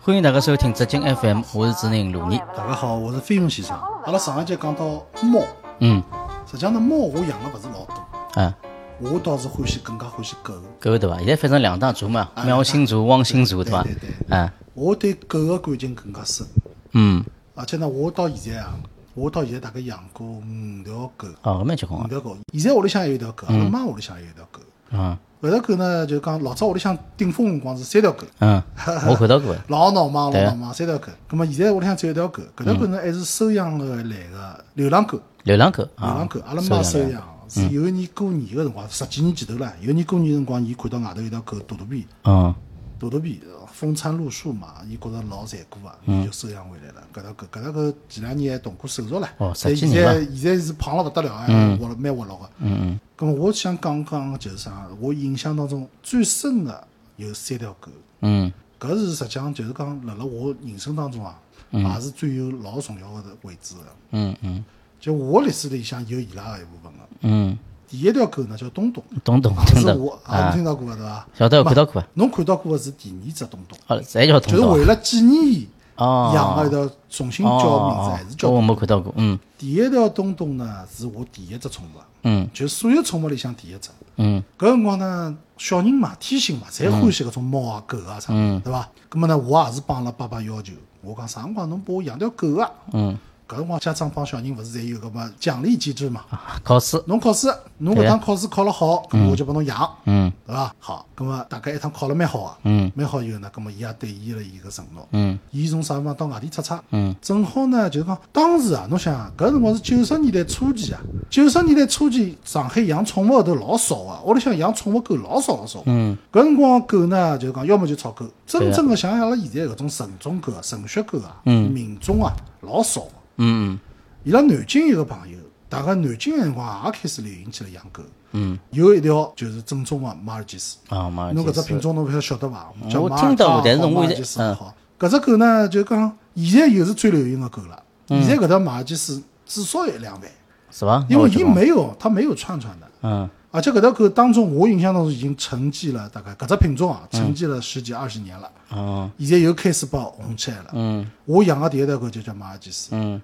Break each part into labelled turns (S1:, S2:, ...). S1: 欢迎大家收听浙江 FM，我是主持人卢尼。
S2: 大家好，我是飞鸿先生。阿拉上一节讲到猫，
S1: 嗯，
S2: 实际上呢，猫我养了勿是老多，
S1: 啊，
S2: 我倒是欢喜更加欢喜狗。
S1: 狗对伐？现在反正两档族嘛，喵星族、汪星族对伐
S2: 啊对对？
S1: 啊，
S2: 我对狗个感情更加深，
S1: 嗯，
S2: 而且呢，我到现在啊，我到现在大概养过五条狗，
S1: 哦，蛮结棍
S2: 五
S1: 啊，
S2: 条狗。现在屋里向还有一条狗，阿拉妈屋里向还有一条狗。
S1: 嗯
S2: 搿条狗呢，就讲老早屋里向顶峰辰光是三条狗，
S1: 嗯， 我看到过，
S2: 老闹忙老
S1: 对啊
S2: 闹忙三条狗。葛末现在屋里向只有一条狗，搿条狗呢还是收养了来个流浪狗。
S1: 流浪狗
S2: 流
S1: 啊
S2: 浪狗，，阿拉妈收
S1: 收
S2: 养。
S1: 嗯
S2: 是有一年过年个辰光，十几年前头了。有一年过年辰光，伊看到外头有条狗大肚皮，
S1: 嗯，
S2: 大肚皮呃风餐露宿嘛，伊觉着老残酷啊，
S1: 嗯
S2: 伊就收养回来了。搿条狗，搿条狗前两年还动过手术了，
S1: 哦
S2: 所以
S1: 十几
S2: 现
S1: 年
S2: 在
S1: 了
S2: 现在是胖了勿得了啊，活了蛮活络个。
S1: 嗯嗯，
S2: 咁我想讲讲就是啥，我印象当中最深个有三条狗，
S1: 嗯
S2: 搿是实际上就是讲辣辣我人生当中啊，也是最有老重要个位置个。
S1: 嗯嗯
S2: 就我历史里向有伊拉个一部分啊个。
S1: 嗯，
S2: 第一条狗呢叫东东，
S1: 懂懂
S2: 啊
S1: 听
S2: 是
S1: 得
S2: 我啊，
S1: 嗯啊
S2: 侬，听到过伐对伐？
S1: 晓得有
S2: 嘛
S1: 看到过啊，
S2: 侬看到过的是第二只东东，
S1: 哦，侪叫
S2: 就
S1: 懂
S2: 是
S1: 懂
S2: 为
S1: 啊，
S2: 了纪念伊
S1: 哦
S2: 养了一条重新叫名字，
S1: 哦
S2: 还是
S1: 哦，
S2: 叫
S1: 我
S2: 东东。
S1: 没看到过，嗯
S2: 第一条东东呢，是我第一只宠物，
S1: 嗯
S2: 就所有宠物里向第一只。
S1: 嗯
S2: 搿辰光呢，小人嘛，天性嘛，侪欢喜搿种猫啊、狗啊啥，
S1: 嗯
S2: 对伐？葛么呢，我也是帮阿拉爸爸要求，我讲啥辰光侬拨我养条狗啊？
S1: 嗯，
S2: 搿辰光家长帮小人勿是侪有搿么奖励机制嘛？
S1: 啊考试，
S2: 侬考试，侬搿
S1: 对
S2: 趟考试考了好，搿么我就帮侬养。
S1: 嗯
S2: 对伐？好，咁么大家一趟考了蛮好啊，
S1: 嗯
S2: 蛮好以后呢，咁么伊也兑现了伊个承诺，
S1: 嗯
S2: 伊从啥地方到外地出差，
S1: 嗯，
S2: 正好呢就是讲当时啊，侬想啊，搿辰光是九十年代初期啊，九十年代初期上海养宠物的头老少啊，屋里向养宠物狗老少老少，
S1: 嗯
S2: 搿辰光狗呢就是讲要么就草狗，真
S1: 啊
S2: 正的像阿拉现在搿种纯种狗啊、纯血狗啊，
S1: 嗯
S2: 品种啊老少啊，
S1: 嗯
S2: 伊拉南京有个朋友，大概南京个辰光也开始流行起来养狗，
S1: 嗯，
S2: 有一条就是正宗个马尔济斯。
S1: 啊嘛，
S2: 侬搿只
S1: 就是
S2: 品种侬勿晓晓得伐？叫
S1: 我
S2: 马
S1: 听到过
S2: 尔
S1: 但
S2: 加
S1: 是我
S2: 好
S1: 嗯
S2: 马尔
S1: 现在
S2: 济斯也好，搿只狗呢就讲现在又是最流行的狗了。
S1: 嗯
S2: 现在搿条马尔济斯至少有一两万，
S1: 哦是伐？
S2: 因为
S1: 那我
S2: 伊
S1: 就讲
S2: 没有它没有串串的，
S1: 嗯
S2: 而且搿条狗当中我印象当中已经沉寂了大概搿只品种啊
S1: 嗯
S2: 沉寂了十几二十年了，
S1: 哦
S2: 现在又开始被红起来了。
S1: 嗯
S2: 我养个第一条狗就叫马尔济斯，
S1: 嗯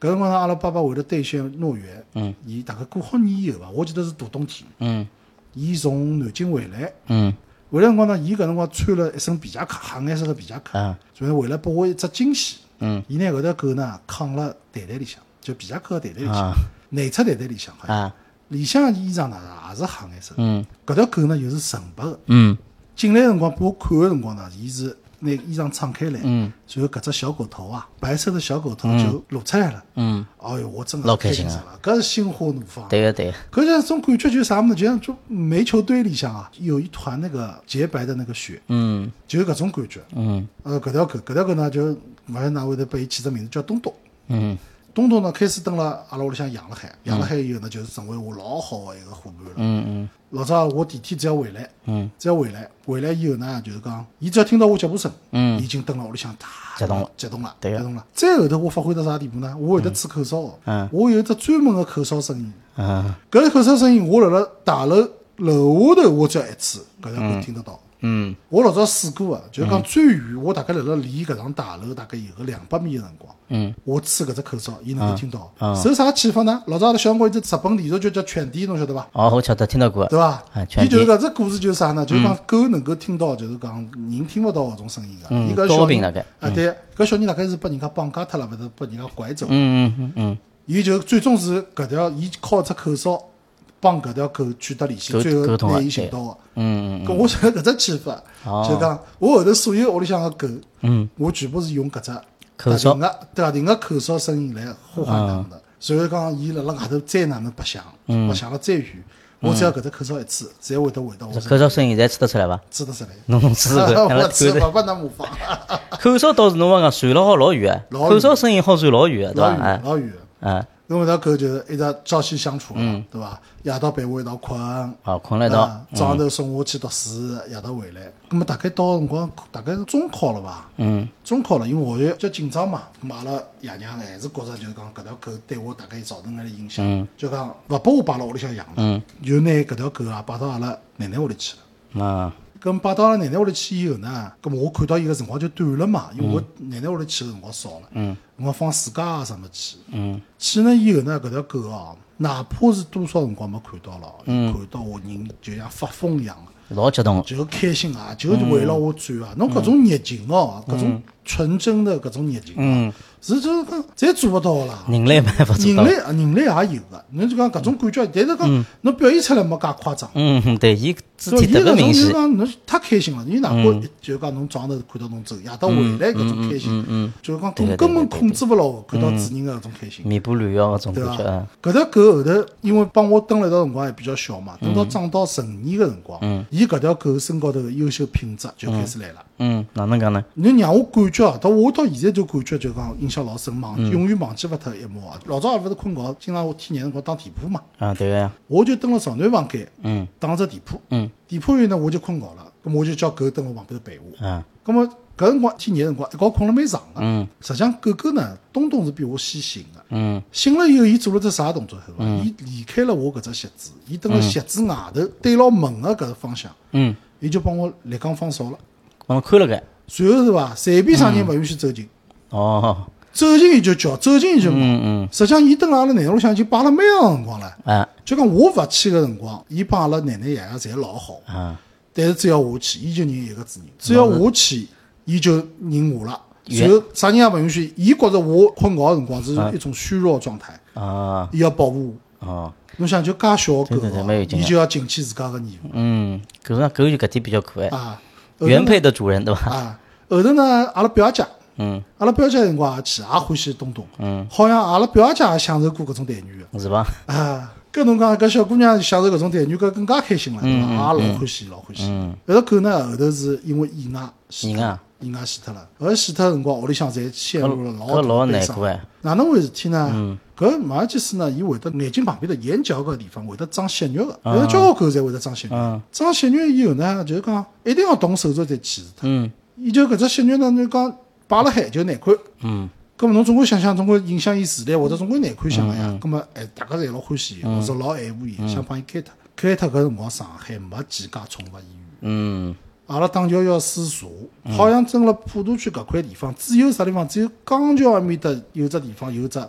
S2: 搿辰光呢阿拉爸爸为了兑现诺言，
S1: 嗯，
S2: 伊大概过好年以后伐，我记得是大冬天，
S1: 嗯
S2: 伊从南京回来。
S1: 嗯
S2: 回来辰光呢，伊搿辰光穿了一身皮夹克，黑颜色个皮夹克，
S1: 啊
S2: 所以为了拨我一只惊喜，
S1: 嗯
S2: 伊拿搿条狗呢扛了袋袋里向，就皮夹克个袋袋里
S1: 啊
S2: 向，内侧袋袋里向好像，
S1: 啊
S2: 里向衣裳呢也是黑颜色的。
S1: 嗯
S2: 搿条狗呢又是纯白个，
S1: 嗯
S2: 进来辰光拨我看个辰光呢，伊是拿衣裳敞开来，
S1: 嗯
S2: 然后搿只小狗头啊，白色的小狗头就露出来了。
S1: 嗯，
S2: 哎哟，我真的
S1: 老
S2: 是
S1: 开
S2: 开
S1: 心
S2: 心
S1: 啊
S2: 死了，搿是心花怒放。啊
S1: 对个啊对个，
S2: 可是这种感觉就是啥么呢？就像就煤球堆里向啊，有一团那个洁白的那个雪，
S1: 嗯
S2: 就是搿种感觉。
S1: 嗯
S2: 呃，搿条狗，搿条狗呢，就勿晓得哪会得拨伊起只名字叫东东。
S1: 嗯
S2: 东东呢，开始蹲辣阿拉屋里向养了海，养了海以后呢，就是成为我老好的一个伙伴了。
S1: 嗯嗯
S2: 老早我电梯只要回来，
S1: 嗯，
S2: 只要回来，回来以后呢，就是讲，伊只要听到我脚步声，
S1: 嗯
S2: 已经蹲辣屋里向大
S1: 激动了，
S2: 激动了，
S1: 对
S2: 激
S1: 呀
S2: 动了。再后头我发挥到啥地步呢？我会得吹口哨哦，
S1: 嗯
S2: 我有一只专门的口哨声音。
S1: 啊
S2: 搿个口哨声音，我辣辣大楼楼下头，我只要一次，搿条狗听得到。
S1: 嗯
S2: 我老早试过啊，就是讲最远，我大概辣辣离搿幢大楼大概有个两百米的辰光，
S1: 嗯
S2: 我吹搿只口哨，伊能够听到
S1: 啊。
S2: 是啥气氛呢？老早阿拉小辰光有只日本连续剧叫《犬笛》，侬晓得伐？
S1: 哦，我晓得听到过，
S2: 对伐
S1: 啊？嗯犬
S2: 伊
S1: 笛
S2: 就是搿只故事就是啥呢？就是讲狗能够听到，就是讲人听勿到搿种声音个。
S1: 嗯
S2: 伊搿
S1: 高
S2: 小
S1: 频
S2: 人
S1: 大概
S2: 啊，对，搿小人大概是被人家绑架脱了，勿是被人家拐走。
S1: 嗯嗯嗯
S2: 伊就最终是搿条，伊靠只口哨帮搿条狗取得联系，
S1: 沟
S2: 最
S1: 沟
S2: 后
S1: 通啊
S2: 拿伊寻到个。
S1: 嗯嗯
S2: 搿我想搿只启发，
S1: 哦
S2: 就讲我后头所有屋里向个狗，
S1: 嗯，
S2: 我全部是用搿只
S1: 口哨啊
S2: 特定个特定个口哨声音来呼唤它们的。随后讲伊辣辣外头再哪能白相，白相了再远，我只要搿只口哨一吹，侪会得回到我
S1: 嗯嗯，
S2: 身
S1: 口哨声现在吹得出来伐？
S2: 知道出来。
S1: 侬侬哎试试 看，阿拉
S2: 我
S1: 看
S2: 吹
S1: 着
S2: 勿拨㑚模仿，
S1: 口哨倒是侬勿讲传了好老远啊，
S2: 老远
S1: 口哨声音好传老远 啊，对伐？
S2: 老远
S1: 啊
S2: 老远。
S1: 啊，
S2: 因为搿条狗就是一直朝夕相处
S1: 嗯
S2: 了，对伐？夜到陪我一道困，
S1: 好哦困了一道
S2: 啊，早上头送我去读书，夜到回来。咁么大概到辰光，大概是中考了吧？
S1: 嗯
S2: 中考了，因为学习比较紧张嘛。咁阿拉爷娘还是觉着就是讲搿条狗对我大概造成眼影响，就讲勿拨我摆辣屋里向养了，就拿搿条狗啊摆到阿拉奶奶屋里去了。
S1: 啊
S2: 搿么摆到了奶奶屋里去以后呢，搿么我看到伊个辰光就短了嘛，因为我奶奶屋里去个辰光少了，嗯，我放暑假啊啥么去，嗯，去了以后呢，搿条狗哦，哪怕是多少辰光没看到了，嗯，看到我人就像发疯一样的。
S1: 老激动了，
S2: 就开心啊，就围绕我转啊，侬搿种热情哦，搿种纯真的搿种热情，嗯，是就是讲，侪做不到啦。
S1: 人类办法做
S2: 人
S1: 到。
S2: 类啊人类也有个，侬就讲搿种感觉，但是讲侬表现出来没介夸张。
S1: 嗯，哼对，伊肢
S2: 所以
S1: 体
S2: 伊搿
S1: 特别
S2: 种
S1: 明
S2: 就是
S1: 显，
S2: 讲，侬太开心了。伊哪怕就讲侬早浪头看到侬走，夜到回来搿种开心，就是讲根根本控制勿牢看到主人个搿种开心。
S1: 弥补乱药搿种
S2: 对
S1: 感觉
S2: 伐
S1: 啊。？
S2: 搿条狗后头，因为帮我蹲了一道辰光还比较小嘛，等到长到成年个辰光，伊搿条狗身高头个优秀品质就开始来了。
S1: 嗯，哪能讲呢？
S2: 你让我感觉啊，到我到现在就感觉就讲印象老深，忘永远忘记勿脱一幕啊。老早也勿是困觉，经常我天热辰光打地铺嘛，
S1: 啊，对个呀，
S2: 我就蹲辣床头房间，
S1: 嗯，
S2: 打只地铺，
S1: 嗯，
S2: 地铺以后呢我就困觉了，咁我就叫狗蹲辣旁边头陪我。
S1: 啊，
S2: 咁么搿辰光天热辰光一觉困了蛮长个，
S1: 嗯
S2: 实际上狗狗呢东东是比我先醒个，
S1: 嗯，
S2: 醒了以后，伊做了只啥动作？晓得伐？伊离开了我搿只席子，伊蹲辣席子外头，对牢门啊个搿个方向，
S1: 嗯，
S2: 伊就帮我立岗放哨了。
S1: 帮侬看了该。
S2: 随后是伐？随便啥人勿允许走近，
S1: 哦，
S2: 走近伊就叫，走近伊就骂。
S1: 嗯
S2: 实际上，伊蹲辣阿拉奶奶屋里向已经摆了蛮长辰光了。
S1: 嗯，啊
S2: 就讲我勿去个辰光，伊帮阿拉奶奶爷爷侪老好，
S1: 啊，
S2: 但是只要我去，伊就认一个主人；只要我去，伊就认我了。
S1: 原
S2: 随后啥人也勿允许，伊觉着我困觉个辰光是一种虚弱状态，
S1: 啊，
S2: 伊要保护我。
S1: 哦，
S2: 侬想就介小个
S1: 对
S2: 狗
S1: 对对
S2: 啊，
S1: 蛮有劲
S2: 伊
S1: 的
S2: 就要尽起自家个义务
S1: 嗯，狗啊，狗就搿点比较可爱，
S2: 啊。后头
S1: 原
S2: 呢
S1: 配的主人对伐？
S2: 啊，后头呢，阿拉表姐，
S1: 嗯，
S2: 阿拉表姐辰光也去，也欢喜东东，嗯，好像阿拉表姐也享受过搿种待遇
S1: 是伐？
S2: 个啊。搿侬讲搿小姑娘享受搿种待遇，搿更加开心了，对伐？
S1: 嗯
S2: 也老欢喜，老欢喜。搿只狗呢，后头是因为意外死脱
S1: 意外
S2: 了，意外死脱了。搿死脱的辰光，屋里向侪陷入了
S1: 搿
S2: 老
S1: 老
S2: 大的悲
S1: 难
S2: 伤
S1: 过。哎。
S2: 哪能回事体
S1: 嗯
S2: 呢？搿马尔济斯呢，伊会得眼睛旁边的眼角搿地方会得长血肉个，
S1: 啊
S2: 有的交关狗侪会得长血肉
S1: 嗯。
S2: 长血肉以后呢，就是讲一定要动手术再去除它。
S1: 嗯
S2: 伊就搿只血肉呢，侬讲摆辣海就难看。
S1: 嗯
S2: 葛么侬总归想想，总归影响伊视力或者总归难看相个
S1: 嗯
S2: 呀。葛么哎，大家侪老欢喜伊，或者老爱护伊，想帮伊开脱。开脱搿辰光，上海没几家宠物医院。
S1: 嗯，
S2: 阿拉打桥要水查，好像真辣普陀区搿块地方，只有啥地方？只有江桥埃面搭有只地方有只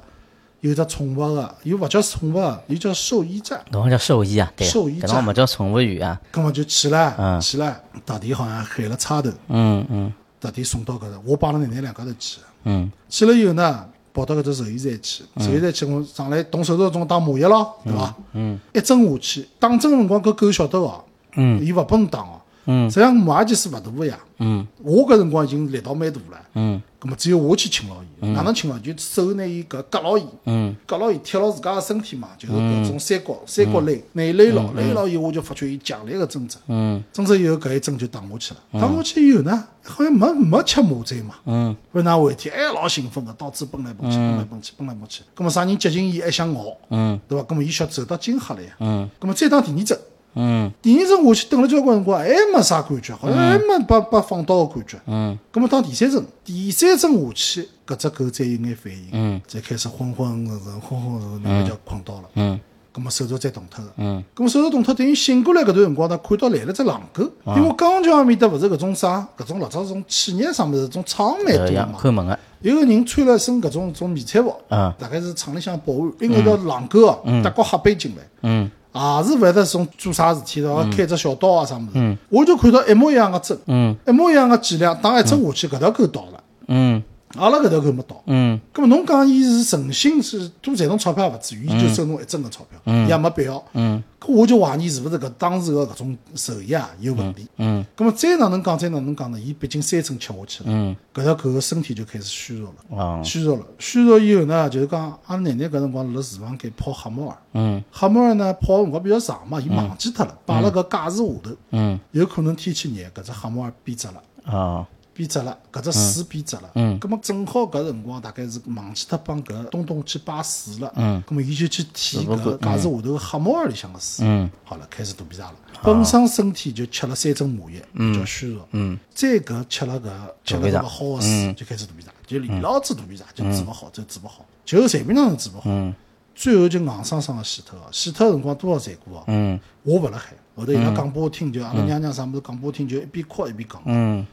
S2: 有只宠物个，又勿叫宠物的，又叫兽医站。
S1: 侬好像叫兽医啊，对啊，
S2: 兽医
S1: 搿种
S2: 站
S1: 勿叫宠物医院啊。
S2: 葛末就去了，去了，特地好像喊了差头，
S1: 嗯嗯
S2: 特地送到搿搭。我帮阿拉奶奶两家头去的，
S1: 嗯
S2: 去了以后呢，跑到搿只兽医站去，兽医站去，我上来动手术中打麻药咯，对伐？嗯，一针下去，打针个辰光搿狗晓得哦，嗯，伊勿拨侬打哦，
S1: 嗯
S2: 实际上马尔济斯勿大个呀，
S1: 嗯
S2: 我搿辰光已经力道蛮大了。
S1: 嗯
S2: 咁么只有我去亲牢伊，哪能亲牢？就手拿伊搿夹牢伊，
S1: 嗯
S2: 夹牢伊贴牢自家个身体嘛，就是搿种三角三角勒，拿伊勒牢，勒牢以后我就发觉伊强烈个挣扎，
S1: 嗯
S2: 挣扎以后搿一针就打下去了，打下去以后呢，好像没没吃麻醉嘛，
S1: 嗯
S2: 勿然回天还老兴奋个，到处奔来奔去，奔来奔去，奔来奔去，咁么啥人接近伊还想咬，
S1: 嗯
S2: 对伐？咁么伊想走到惊吓了呀，
S1: 嗯
S2: 啊咁么再打第二针。
S1: 嗯
S2: 第二针我去等了交关辰光，还没啥感觉，好像还没把把放倒个感觉。
S1: 嗯，
S2: 咁么到第三针，第三针下去，搿只狗再有眼反应，
S1: 嗯，
S2: 再开始昏昏沉沉，昏昏沉沉，那就困倒了。
S1: 嗯
S2: 咁么手术再动脱个。
S1: 嗯
S2: 咁么手术动脱等于醒过来搿段辰光呢，看到来了只狼狗，
S1: 啊
S2: 因为江桥埃面搭勿是搿种啥，搿种老早种企业啥物事，种厂蛮
S1: 搿
S2: 多个
S1: 样
S2: 嘛。
S1: 看门个，
S2: 有个人穿了身搿种种迷彩服，
S1: 嗯
S2: 大概是厂里向保安，因为条狼狗哦，搭角黑背进来，
S1: 嗯
S2: 也是勿晓得从做啥事体的，开只小刀啊啥物事，我就看到一模一样个针，
S1: 嗯
S2: 一模一样个剂量，打一针下去，搿条狗倒了，
S1: 嗯
S2: 阿拉搿条狗没倒。
S1: 嗯
S2: 咁么侬讲伊是诚心是多赚侬钞票也勿至于，伊就收侬一针个钞票，也没必要。
S1: 嗯
S2: 搿我就怀疑是勿是搿当时个搿种手艺啊有问题。
S1: 嗯
S2: 咁么再哪能讲再哪能讲呢？伊毕竟三针吃下去了，
S1: 嗯，
S2: 搿条狗个身体就开始虚弱了。
S1: 哦
S2: 虚弱了，虚弱以后呢，就是讲阿拉奶奶搿辰光辣厨房间泡黑猫儿，
S1: 嗯
S2: 黑猫儿呢泡个辰光比较长嘛，伊忘记脱了，摆辣搿架子下头，
S1: 嗯
S2: 有可能天气热，搿只黑猫儿变质了。
S1: 哦
S2: 变质了，搿只水变质了，
S1: 嗯
S2: 咁么正好搿辰光大概是忘记脱帮搿东东去摆水了，
S1: 嗯
S2: 咁么伊就去
S1: 只
S2: 舔
S1: 不过
S2: 搿架子下头个黑猫儿里向个水，
S1: 嗯啊
S2: 好了，开始肚皮大了，本身身体就吃了三针麻药，比较虚弱，
S1: 嗯
S2: 再搿吃了搿吃了搿个好个
S1: 嗯
S2: 水，就开始肚皮大，就连牢子肚皮大，就治勿好，就治勿好，就随便哪能治勿好，
S1: 嗯
S2: 最后就硬生生个死脱个，死脱个辰光多少残酷哦！
S1: 嗯
S2: 我勿辣海，后头伊拉讲拨我听，就阿拉娘娘啥物事讲拨我听，就一边哭一边讲。
S1: 嗯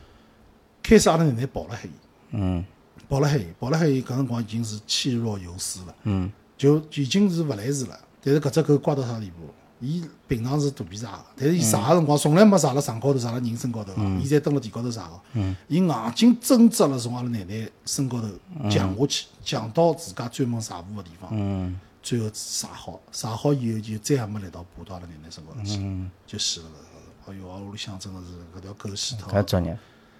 S2: 开始阿拉奶奶抱辣海伊，
S1: 嗯
S2: 抱辣海伊，抱辣海伊，搿辰光已经是气若游丝了，
S1: 嗯
S2: 就已经是勿来事了。但是搿只狗乖到啥地步？伊平常是肚皮晒个，但是伊
S1: 嗯
S2: 晒个辰光从来没晒辣床高头，晒辣人身高头个，啊伊侪蹲辣地高头晒个。
S1: 嗯
S2: 伊硬劲挣扎了从阿拉奶奶身高头强下去，强到自家专门晒衣个地方。
S1: 嗯
S2: 最后撒好，撒好以后就再也没来到爬到阿拉奶奶身高头去，
S1: 嗯
S2: 就死了。哎哟，阿屋里向真的是搿条狗死脱
S1: 搿
S2: 了，
S1: 作孽，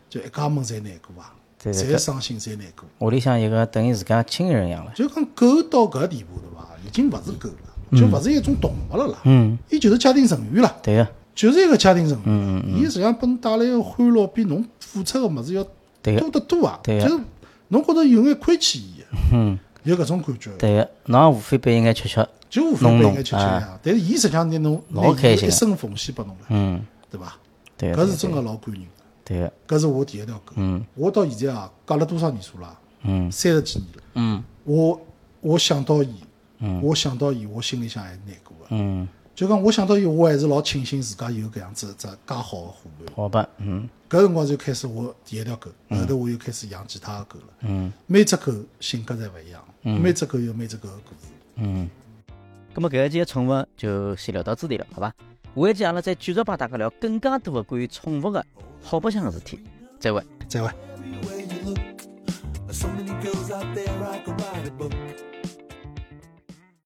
S2: 就一家门侪难过啊，
S1: 对对
S2: 侪伤心，侪难过。
S1: 屋里向一个等于自家亲人一样了。
S2: 就讲狗到搿地步对伐？已经勿是狗了，就勿是一种动物了啦，
S1: 嗯，
S2: 伊就是家庭成员了，
S1: 对个，
S2: 就是一个家庭成
S1: 嗯
S2: 员。伊实际上拨侬带来个欢乐比侬付出个物事要
S1: 对个，
S2: 多得多啊，
S1: 对
S2: 就
S1: 个
S2: 是侬觉着有眼亏欠伊，啊
S1: 嗯，
S2: 有搿种感觉。
S1: 对个，侬也无非拨应该吃吃。
S2: 就无非拨应该吃吃呀。啊但是伊实际上拿侬拿
S1: 哎老开
S2: 伊
S1: 心啊
S2: 一生奉献拨侬了，
S1: 嗯，
S2: 对伐？
S1: 对
S2: 搿
S1: 个，
S2: 是真个老感人。
S1: 对个，
S2: 搿是我第一条狗。我到现在啊，隔了多少年数啦？
S1: 嗯
S2: 三十几年了。
S1: 嗯
S2: 我我想到伊，我想到伊，我心里向还是难过个。
S1: 嗯，
S2: 就讲我想到伊，我还是老庆幸自家有搿样子一只介好个伙伴。
S1: 好吧，嗯
S2: 搿辰光就开始我第一条狗，后头我又开始养其他的狗了。
S1: 嗯
S2: 每只狗性格侪勿一样，每只狗有每只狗个故事。
S1: 嗯，
S3: 咁么搿一期的宠物就先聊到此地了，好吧？下一期阿拉再继续帮大家聊更加多的关于宠物的好白相的事体。再会。
S2: 再会。
S4: everywhere you look. There's so many girls out there I could write a book.